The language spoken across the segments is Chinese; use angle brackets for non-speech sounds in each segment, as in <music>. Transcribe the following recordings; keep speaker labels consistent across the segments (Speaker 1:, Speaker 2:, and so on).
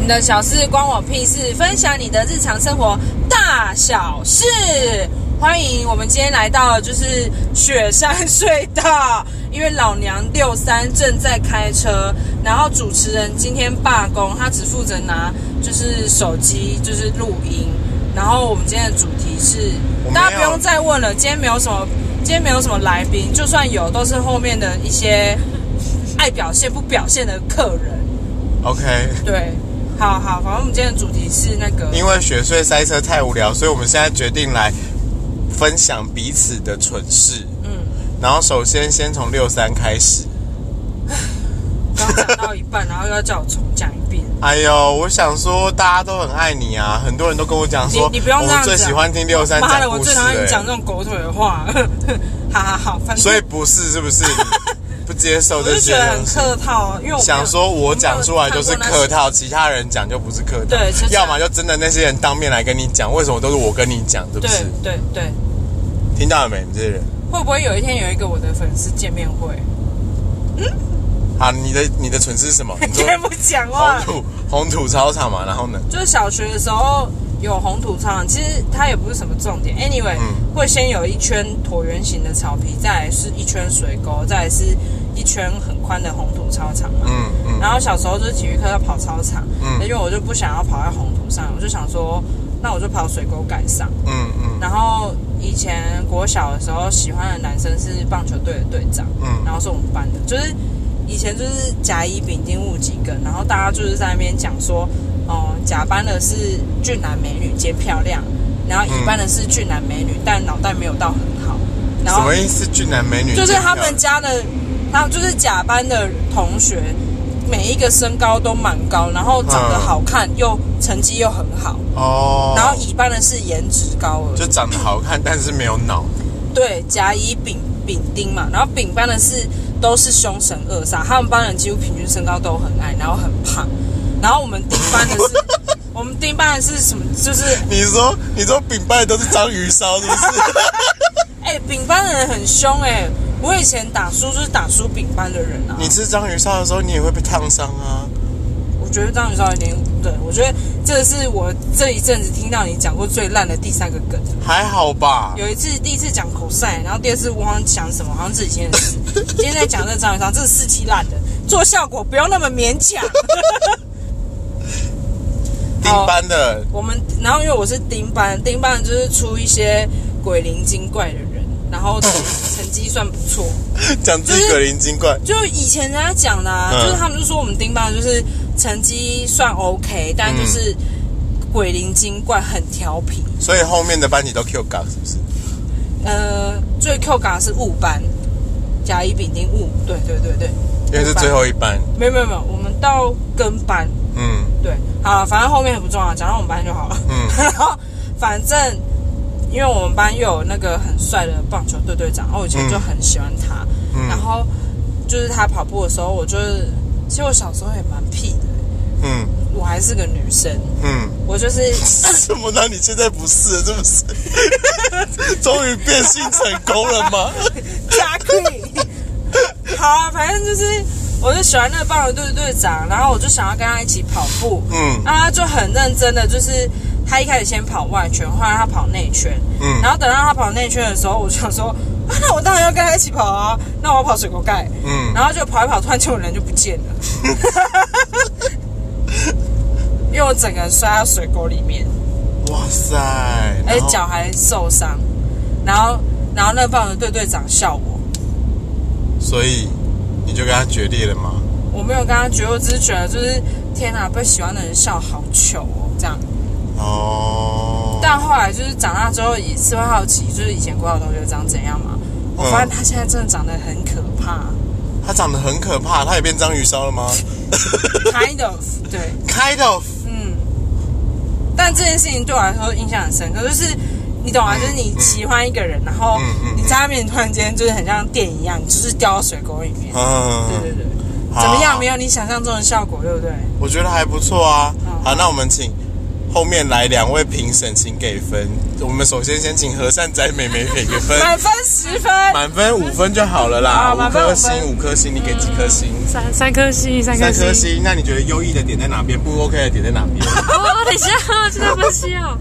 Speaker 1: 你的小事关我屁事，分享你的日常生活大小事。欢迎我们今天来到就是雪山隧道，因为老娘六三正在开车，然后主持人今天罢工，他只负责拿就是手机就是录音。然后我们今天的主题是
Speaker 2: 我，没有
Speaker 1: 大家不用再问了，今天没有什么，今天没有什么来宾，就算有都是后面的一些爱表现不表现的客人。
Speaker 2: OK，
Speaker 1: 对，好好，反正我们今天的主题是那
Speaker 2: <laughs>
Speaker 1: 个，
Speaker 2: 因为雪隧塞车太无聊，所以我们现在决定来分享彼此的蠢事。
Speaker 1: 嗯，
Speaker 2: 然后首先先从六三开始。
Speaker 1: 刚讲到一半，然后又要叫我重讲一遍。
Speaker 2: 哎呦，我想说大家都很爱你啊，很多人都跟我讲说，
Speaker 1: 你你不用这样
Speaker 2: 我最
Speaker 1: 讲
Speaker 2: 喜欢听六三
Speaker 1: 妈的，
Speaker 2: 讲
Speaker 1: 我
Speaker 2: 故事、
Speaker 1: 最讨厌
Speaker 2: 欸
Speaker 1: 你讲这种狗腿的话。 <laughs> 好好好，反正
Speaker 2: 所以不是是
Speaker 1: <laughs>
Speaker 2: 不是不接受
Speaker 1: 我
Speaker 2: 这
Speaker 1: 就
Speaker 2: 些
Speaker 1: 觉得很
Speaker 2: 东西？
Speaker 1: 客套，啊因为我没有
Speaker 2: 想说我讲出来就是客。套，其他人讲就不是客套。
Speaker 1: 对就这样
Speaker 2: 要么就真的那些人当面来跟你讲，为什么都是我跟你讲，是不
Speaker 1: 对
Speaker 2: 是？
Speaker 1: 对对，
Speaker 2: 听到了没？你这些人。
Speaker 1: 会不会有一天有一个我的粉丝见面会？
Speaker 2: 好，你的你的蠢事是什么？你
Speaker 1: <laughs> 今
Speaker 2: 说
Speaker 1: 天不讲话
Speaker 2: 红。土红土操场嘛，然后呢？
Speaker 1: 就是小学的时候有红土操场，其实它也不是什么重点。Anyway，、
Speaker 2: 嗯
Speaker 1: 会先有一圈椭圆形的草皮，再来是一圈水沟，再来是一圈很宽的红土操场嘛。
Speaker 2: 嗯嗯，
Speaker 1: 然后小时候就是体育课要跑操场，
Speaker 2: 嗯
Speaker 1: 因为我就不想要跑在红土上，我就想说，那我就跑水沟盖上。
Speaker 2: 嗯嗯
Speaker 1: 然后以前国小的时候喜欢的男生是棒球队的队长，
Speaker 2: 嗯
Speaker 1: 然后是我们班的，就是以前就是甲乙丙丁戊己庚，然后大家就是在那边讲说，哦、甲班的是俊男美女兼漂亮，然后乙班的是俊男美女，但脑袋没有到很好，然
Speaker 2: 什
Speaker 1: 后
Speaker 2: 么意思？俊男美女
Speaker 1: 就是他们家的，他们就是甲班的同学，每一个身高都蛮高，然后长得
Speaker 2: 嗯
Speaker 1: 好看，又成绩又很好，
Speaker 2: 哦，
Speaker 1: 然后乙班的是颜值高而已
Speaker 2: 就长得好看，但是没有脑。
Speaker 1: 对，甲乙丙丙丁嘛，然后丙班的是都是凶神恶煞，他们班人几乎平均身高都很矮，然后很胖，然后我们丁班的
Speaker 2: <laughs>
Speaker 1: 是，我们丁班的是什么？就是
Speaker 2: 你说你说饼拜都是章鱼烧，是
Speaker 1: <laughs>
Speaker 2: 不是？
Speaker 1: 哎、丙班的人很凶哎、我以前打输就是打输丙班的人啊，
Speaker 2: 你吃章鱼烧的时候，你也会被烫伤啊。
Speaker 1: 我觉得张宇少有点对，我觉得这是我这一阵子听到你讲过最烂的第三个梗。
Speaker 2: 还好吧？
Speaker 1: 有一次第一次讲口塞，然后第二次我好像讲什么，好像自己
Speaker 2: <laughs>
Speaker 1: 先死。今天在讲这张宇商，这是四期烂的，做效果不要那么勉
Speaker 2: <laughs>
Speaker 1: 强。
Speaker 2: 丁班的
Speaker 1: 我们然后因为我是丁班，丁班就是出一些鬼灵精怪的人，然后成成绩算不错。
Speaker 2: 讲自己鬼灵精怪，
Speaker 1: 就是以前人家讲的、啊，
Speaker 2: 嗯
Speaker 1: 就是他们就说我们丁班就是成绩算 OK，但就是
Speaker 2: 嗯
Speaker 1: 鬼灵精怪，很调皮。
Speaker 2: 所以后面的班级都 Q 岗，是不是？
Speaker 1: 呃，最 Q 港是雾班，甲乙丙丁雾，对对对对，
Speaker 2: 因为是最后一班。
Speaker 1: 没有没有没有，我们到跟班，
Speaker 2: 嗯
Speaker 1: 对，好，反正后面很不重要，讲到我们班就好了。
Speaker 2: 嗯
Speaker 1: <laughs> 然后反正因为我们班又有那个很帅的棒球队队长，然后我以前就很喜欢他，然
Speaker 2: 嗯
Speaker 1: 后就是他跑步的时候，我就是其实我小时候也蛮屁的，
Speaker 2: 嗯
Speaker 1: 我还是个女生，
Speaker 2: 嗯。
Speaker 1: <laughs> 我就是
Speaker 2: 怎么呢？你现在不是了是不是？ <laughs> 终于变性成功了吗？
Speaker 1: <laughs> 加 K。好啊，反正就是，我就喜欢那个棒球队的队长，然后我就想要跟他一起跑步，
Speaker 2: 嗯
Speaker 1: 然后他就很认真的，就是他一开始先跑外圈，后来他跑内圈，
Speaker 2: 嗯
Speaker 1: 然后等到他跑内圈的时候，我就想说， <laughs> 啊那我当然要跟他一起跑啊，那我要跑水沟盖，
Speaker 2: 嗯，
Speaker 1: 然后就跑一跑，突然间我人就不见了， <laughs> 因为我整个人摔到水沟里面，
Speaker 2: 哇塞！
Speaker 1: 而且
Speaker 2: 然后
Speaker 1: 脚还受伤，然后然后那个棒球队队长笑我，
Speaker 2: 所以你就跟他决裂了吗？
Speaker 1: 我没有跟他绝，我只是觉得就是天哪，被喜欢的人笑好糗哦，这样。
Speaker 2: 哦，
Speaker 1: 但后来就是长大之后也是会好奇，就是以前国小同学长怎样嘛。
Speaker 2: 嗯
Speaker 1: 我发现他现在真的长得很可怕
Speaker 2: 他长得很可怕，他也变章鱼烧了吗
Speaker 1: ，kind of 对，
Speaker 2: ？Kind of，
Speaker 1: 嗯。但这件事情对我来说印象很深刻，就是你懂啊，就是你喜欢一个人，然后
Speaker 2: 嗯嗯
Speaker 1: 你在他面前突然间就是很像电影一样，就是掉到水沟里面。对
Speaker 2: 嗯，
Speaker 1: 对对，
Speaker 2: 好
Speaker 1: 怎么样？没有你想象中的效果，对不对？
Speaker 2: 我觉得还不错啊。好，那我们请后面来两位评审，请给分。我们首先先请和善仔美眉给个分，
Speaker 1: <laughs> 满分十分，
Speaker 2: 哎满分五分就好了啦，
Speaker 1: 啊
Speaker 2: 五
Speaker 1: 满分
Speaker 2: 颗
Speaker 1: 五分
Speaker 2: 星，五颗星，你给几颗星？
Speaker 3: 三三颗星，三颗
Speaker 2: 三
Speaker 3: 星。
Speaker 2: 颗星。那你觉得优异的点在哪边？不 OK 的点在哪边？
Speaker 3: 哦，等一下，这在分析哦。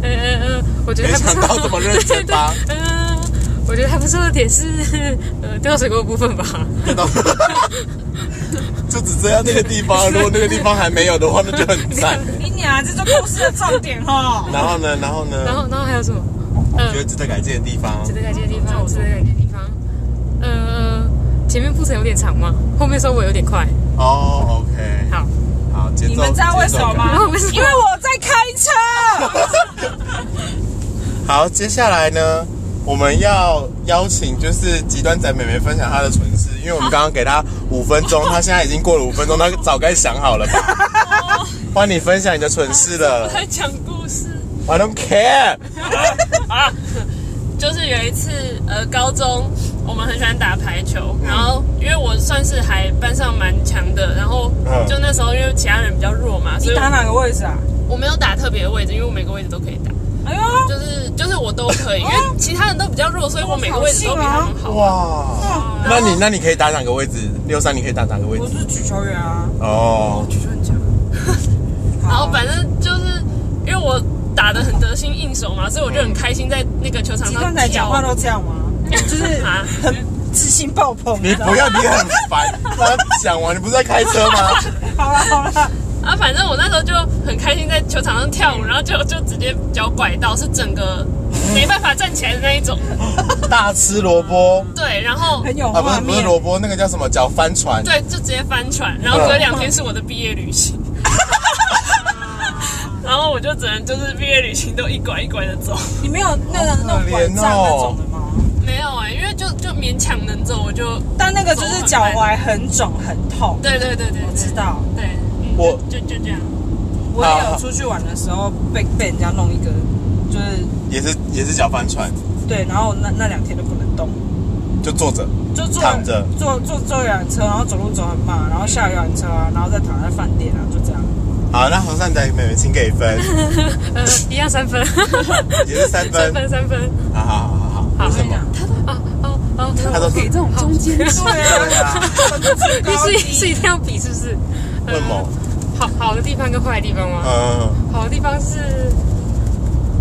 Speaker 3: 呃呃呃，我觉得还不错。
Speaker 2: 没想到这么认真吧
Speaker 3: 对？对对呃，我觉得还不错的点是，呃，掉水沟的部分吧。
Speaker 4: 嗯
Speaker 1: <laughs>
Speaker 2: 就只这样那个地方，如果那个地方还没有的话，那就很赞。
Speaker 1: 哎你娘，这就是故事的重点哦。
Speaker 2: 然后呢，然后呢？
Speaker 3: 然后，然后还有什么？呃
Speaker 1: 嗯
Speaker 2: 觉，得值得改进的地方
Speaker 3: 值，得改进的地
Speaker 4: 嗯
Speaker 3: 方，值得改进的地方。呃，前面铺陈有点长嘛，后面收尾有点快。
Speaker 4: 啊
Speaker 2: 哦，OK，
Speaker 3: 好，
Speaker 2: 好，节奏。
Speaker 1: 你们知道为什么
Speaker 2: 节奏感
Speaker 1: 吗
Speaker 3: 为什？么
Speaker 1: 因为我在开
Speaker 2: <laughs>
Speaker 1: 车。
Speaker 2: 好，接下来呢，我们要邀请就是极端仔妹妹分享她的蠢事，因为我们刚刚给她五分钟，她现在已经过了五分钟，她早该想好了吧？
Speaker 1: <laughs>
Speaker 2: 欢迎你分享你的蠢事了
Speaker 4: 在讲故事。
Speaker 2: ，I don't care。
Speaker 4: 就是有一次，呃，高中我们很喜欢打排球，
Speaker 3: 嗯
Speaker 4: 然后因为我算是还班上蛮强的，然后
Speaker 2: 嗯
Speaker 4: 就那时候因为其他人比较弱嘛，所
Speaker 1: 你
Speaker 4: 以
Speaker 1: 打
Speaker 4: 我
Speaker 1: 哪个位置啊？
Speaker 4: 我没有打特别的位置，因为我每个位置都可以打，
Speaker 1: 哎呦，
Speaker 4: 就是就是我都可以，因为
Speaker 1: 哦
Speaker 4: 其他人都比较弱，所以我每个位置都比他们好。
Speaker 2: 哇，那你那你可以打哪个位置？六三你可以打哪个位
Speaker 1: 哦我
Speaker 2: 置？
Speaker 1: 是举球员啊。
Speaker 2: 哦，
Speaker 1: 举球很强。
Speaker 4: 然后反正就是因为我打的很得心应手嘛，所以我就很开心在那个球场
Speaker 1: 你
Speaker 4: 上
Speaker 1: 刚才讲话
Speaker 4: 跳。
Speaker 1: 都这样吗？就是
Speaker 4: <laughs> 啊，
Speaker 1: 很自信爆棚。啊
Speaker 2: 你不要，你很烦。让她讲完，你不是在开车吗？
Speaker 1: 好了好了，
Speaker 4: 啊，反正我那时候就很开心，在球场上跳
Speaker 1: 嗯
Speaker 4: 舞，然后就就直接脚拐到，是整个没办法站起来的那一种。
Speaker 2: 大吃萝卜
Speaker 4: 对，然后
Speaker 1: 很有
Speaker 2: 啊，不
Speaker 1: 画
Speaker 2: 是不是
Speaker 1: 面。
Speaker 2: 萝卜，那个叫什么？叫帆船。
Speaker 4: 对，就直接翻船，然后隔两天是我的毕业旅行。
Speaker 1: 嗯
Speaker 4: <laughs> 然后我就只能就是毕业旅行都一拐一拐的走，
Speaker 1: 你没有那个那
Speaker 2: 好
Speaker 1: 种
Speaker 2: 可怜
Speaker 1: 拐杖那种的吗？
Speaker 4: 没有哎、因为就就勉强能走，我就
Speaker 1: 但那个就是脚踝很肿很痛。
Speaker 4: 对对对对
Speaker 1: 我知，道，
Speaker 4: 对，嗯
Speaker 2: 我
Speaker 4: 就就就这样，
Speaker 1: 我也有出去玩的时候被被人家弄一个，就是
Speaker 2: 也是也是叫帆船，
Speaker 1: 对，然后那那两天都不能动，
Speaker 2: 就坐着。
Speaker 1: 就坐
Speaker 2: 躺着
Speaker 1: 坐坐坐游览车，然后走路走很慢，然后下游览车啊，然后再躺在饭店啊，就这样。
Speaker 2: 好，那黄善仔妹妹请给分，
Speaker 3: 呃，一样三分，
Speaker 2: 也是三分
Speaker 3: 三。分，三分。
Speaker 2: 好好好好好，为什么？
Speaker 3: 哦哦哦，
Speaker 2: 他
Speaker 4: <laughs>
Speaker 2: 都给这种
Speaker 3: 中间值。
Speaker 1: 对啊，
Speaker 2: <laughs>
Speaker 3: 你是是一定要比是不是？呃
Speaker 2: 问某，
Speaker 3: 好好的地方跟坏的地方吗？
Speaker 2: 嗯，
Speaker 3: 好的地方是，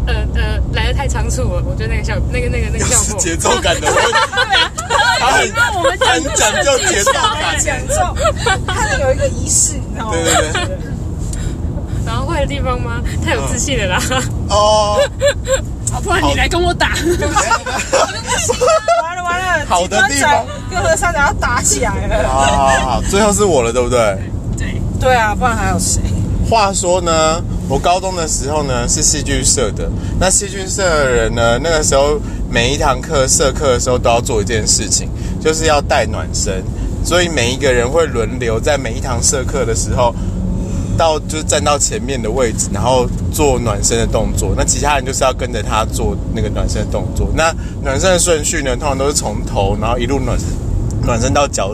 Speaker 3: 呃呃，来的太仓促了，我觉得那个效，那个那个那个
Speaker 2: 又
Speaker 3: 效
Speaker 2: 是
Speaker 4: <laughs>
Speaker 3: 果。
Speaker 2: 节奏感的问题。他很他很讲究节奏
Speaker 1: 他
Speaker 2: 感。
Speaker 1: 哎讲重，他是有一个仪式，你知道吗？
Speaker 2: 对对对。
Speaker 3: 然后坏的地方吗？太有自信了啦。
Speaker 2: 哦，
Speaker 3: <laughs>
Speaker 4: 不然你来跟我打，
Speaker 1: 完了完了，
Speaker 2: <laughs> 好的地方
Speaker 1: 极端仔跟和尚仔要打起来了。
Speaker 2: 好好好好，最后是我了，对不对？
Speaker 1: <laughs> 对啊，不然还有谁？
Speaker 2: 话说呢，我高中的时候呢是戏剧社的，那戏剧社的人呢，那个时候每一堂课社课的时候都要做一件事情，就是要带暖身，所以每一个人会轮流在每一堂社课的时候。到就是站到前面的位置，然后做暖身的动作。那其他人就是要跟着他做那个暖身的动作。那暖身的顺序呢，通常都是从头，然后一路暖身，暖身到脚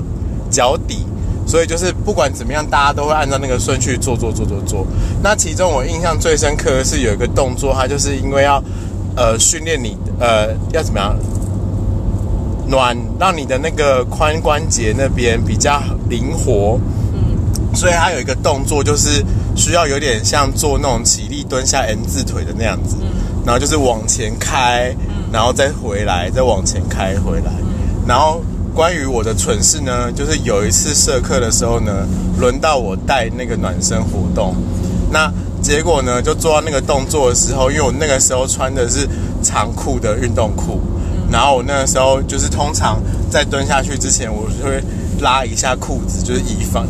Speaker 2: 脚底。所以就是不管怎么样，大家都会按照那个顺序做做做做做。那其中我印象最深刻的是有一个动作，它就是因为要呃训练你呃要怎么样暖，让你的那个髋关节那边比较灵活。所以它有一个动作，就是需要有点像做那种起立蹲下 M 字腿的那样子，然后就是往前开，然后再回来，再往前开回来。然后关于我的蠢事呢，就是有一次社课的时候呢，轮到我带那个暖身活动，那结果呢，就做到那个动作的时候，因为我那个时候穿的是长裤的运动裤，然后我那个时候就是通常在蹲下去之前，我就会拉一下裤子，就是以防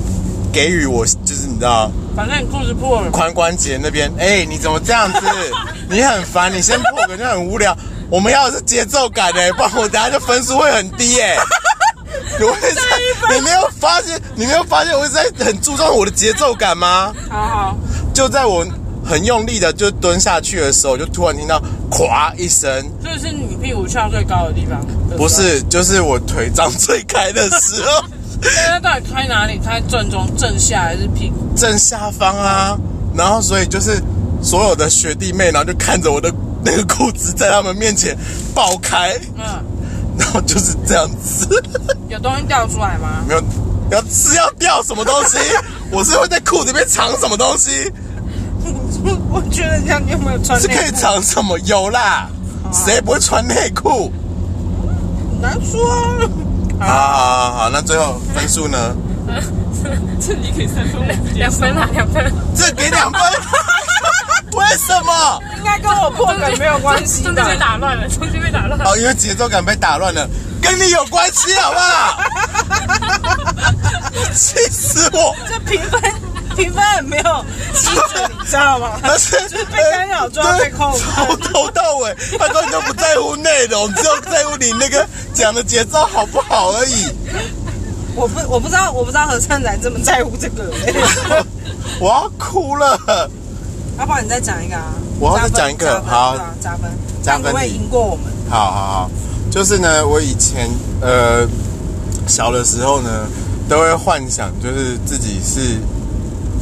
Speaker 2: 给予我就是你知道
Speaker 1: 反正你裤子破了，
Speaker 2: 髋关节那边，哎、你怎么这样子？ <laughs> 你很烦，你先破个就很无聊。我们要的是节奏感哎、不然我等下就分数会很低哎、你会在，你没有发现，你没有发现我一直在很注重我的节奏感吗？
Speaker 1: 好好，
Speaker 2: 就在我很用力的就蹲下去的时候，就突然听到“咵”一声，
Speaker 1: 这是你屁股翘最高的地方。
Speaker 2: 不，是，就是我腿张最开的时候，
Speaker 1: 那到底开哪里？开正中、正下还是屁股？
Speaker 2: 正下方啊。然后所以就是所有的学弟妹，然后就看着我的 <laughs> 那个裤子在他们面前爆开，
Speaker 1: 嗯，
Speaker 2: 然后就是这样子， <laughs>
Speaker 1: 有东西掉出来吗？
Speaker 2: 没有要是要掉什么东西，我是会在裤子里面藏什么东西，
Speaker 1: <laughs> 我觉得这样你有没有穿
Speaker 2: 是可以藏什么？有啦，谁不会穿内裤？
Speaker 1: 很难说啊。
Speaker 2: 好好好好，那最后分数呢？
Speaker 4: 这你可以三分五
Speaker 3: 两分啊， <laughs> 两分。
Speaker 2: 这给两分，为什么？
Speaker 1: 应该跟我破梗没有关系
Speaker 3: 中
Speaker 1: 的 <laughs>
Speaker 3: 间。被打乱了， <laughs> 中间被打乱了。
Speaker 2: 哦，因为节奏感被打乱了，跟你有关系，好不好？ <laughs> 气死我！
Speaker 1: 这评分评分很没有基准，你知道吗？
Speaker 2: 但是
Speaker 1: 就是被干扰就要被扣分
Speaker 2: 从头到尾，他根本就不在乎内容，只有在乎你那个讲的节奏好不好而已。
Speaker 1: 我不我不知道我不知道合唱仔这么在乎这个、 <laughs>
Speaker 2: 我要哭了，
Speaker 1: 要不然你再讲一个啊？
Speaker 2: 我要再讲一个
Speaker 1: 加分加分
Speaker 2: 好，
Speaker 1: 对
Speaker 2: 加
Speaker 1: 啊加分，
Speaker 2: 分
Speaker 1: 这样你会
Speaker 2: 题
Speaker 1: 赢过我们。
Speaker 2: 好好好，就是呢，我以前呃小的时候呢，都会幻想，就是自己是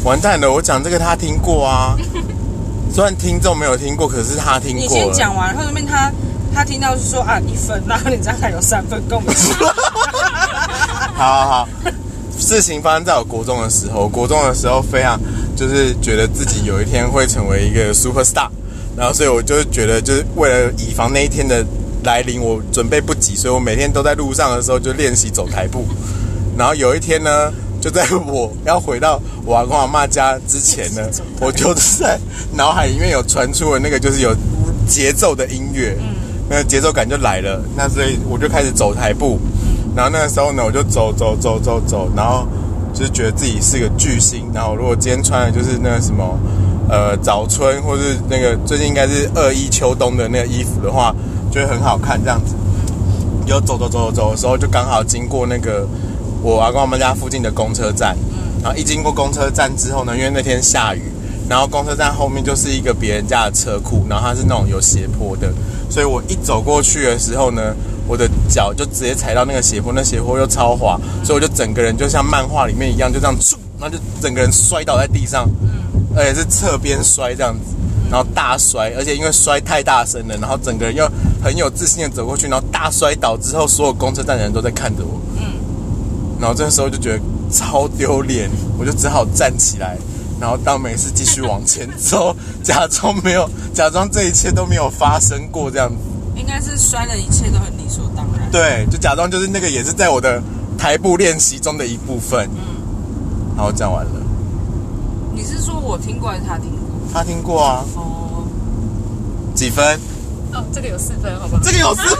Speaker 2: 完蛋了。我讲这个他听过啊， <laughs> 虽然听众没有听过，可是他听过
Speaker 1: 你
Speaker 2: 了。
Speaker 1: 先讲完，后面他他听到是说啊一分，然后你这样还有三分跟我们一
Speaker 2: <laughs>
Speaker 1: 起
Speaker 2: 好好好，事情发生在我国中的时候，国中的时候非常就是觉得自己有一天会成为一个 super star，然后所以我就觉得就是为了以防那一天的来临，我准备不及，所以我每天都在路上的时候就练习走台步，然后有一天呢。就在我要回到我阿公阿妈家之前呢，我就是在脑海里面有传出了那个就是有节奏的音乐，那个节奏感就来了。那所以我就开始走台步，然后那个时候呢，我就走走走走走，然后就是觉得自己是个巨星。然后如果今天穿的就是那个什么，呃，早春或是那个最近应该是二一秋冬的那个衣服的话，就会很好看这样子。有走走走走走的时候，就刚好经过那个我阿公他们家附近的公车站。然后一经过公车站之后呢，因为那天下雨，然后公车站后面就是一个别人家的车库，然后它是那种有斜坡的，所以我一走过去的时候呢，我的脚就直接踩到那个斜坡，那斜坡又超滑，所以我就整个人就像漫画里面一样，就这样，咻然后就整个人摔倒在地上，而且是侧边摔这样子。然后大摔，而且因为摔太大声了，然后整个人又很有自信的走过去，然后大摔倒之后，所有公车站的人都在看着我，然后这时候就觉得超丢脸，我就只好站起来，然后当没事继续往前走，假装没有，假装这一切都没有发生过这样子。
Speaker 1: 应该是摔的一切都很理所当然。
Speaker 2: 对，就假装就是那个也是在我的台步练习中的一部分。然后讲完了，
Speaker 1: 你是说我听过还是他听过？
Speaker 2: 他听过啊，
Speaker 1: 哦，
Speaker 2: 几分？
Speaker 3: 哦，这个有四分，好吧？
Speaker 2: 这个有四分，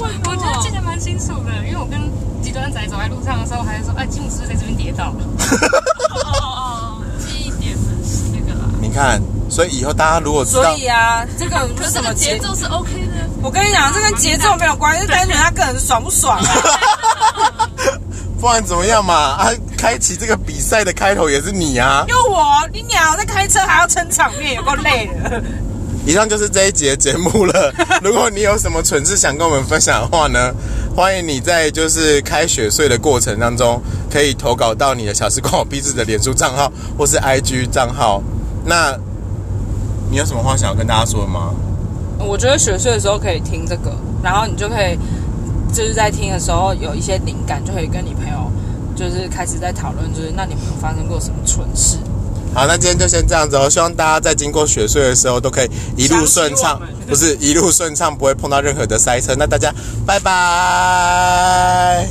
Speaker 3: 我 <laughs> 我觉得记得蛮清楚的，因为我跟极端仔走在路上的时候，还是说，哎，金姆是不是在这边跌
Speaker 4: <laughs>
Speaker 3: 倒？
Speaker 4: 哦哦哦，记忆点是那个啦。
Speaker 2: 你看，所以以后大家如果知
Speaker 1: <laughs> 所
Speaker 2: 道
Speaker 1: 以啊，这个不
Speaker 4: 可
Speaker 1: 是
Speaker 4: 是这
Speaker 1: 什
Speaker 4: 个
Speaker 1: 么
Speaker 4: 节
Speaker 1: 节，
Speaker 4: 奏是 OK
Speaker 3: 啊
Speaker 4: 的，
Speaker 1: 我跟你讲，这跟节奏没有 <laughs> 关系，是单纯他个人爽不爽啊。
Speaker 2: 不然怎么样嘛？啊，开启这个比赛的开头也是你啊。
Speaker 1: 又我，你鸟在开车还要撑场面，有够累的。
Speaker 2: 以上就是这一节节目 <laughs> 了。如果你有什么蠢事想跟我们分享的话呢，欢迎你在就是开雪穗的过程当中，可以投稿到你的小时光我壁纸的脸书账号或是 IG 账号。那你有什么话想要跟大家说的吗？
Speaker 1: <laughs> 我觉得学睡的时候可以听这个，然后你就可以就是在听的时候有一些灵感，就可以跟你朋友就是开始在讨论，就是那你们有发生过什么蠢事？
Speaker 2: 好，那今天就先这样子哦。希望大家在经过雪穗的时候都可以一路顺畅
Speaker 1: 想起我，
Speaker 2: 不是一路顺畅，不会碰到任何的塞车。那大家拜拜。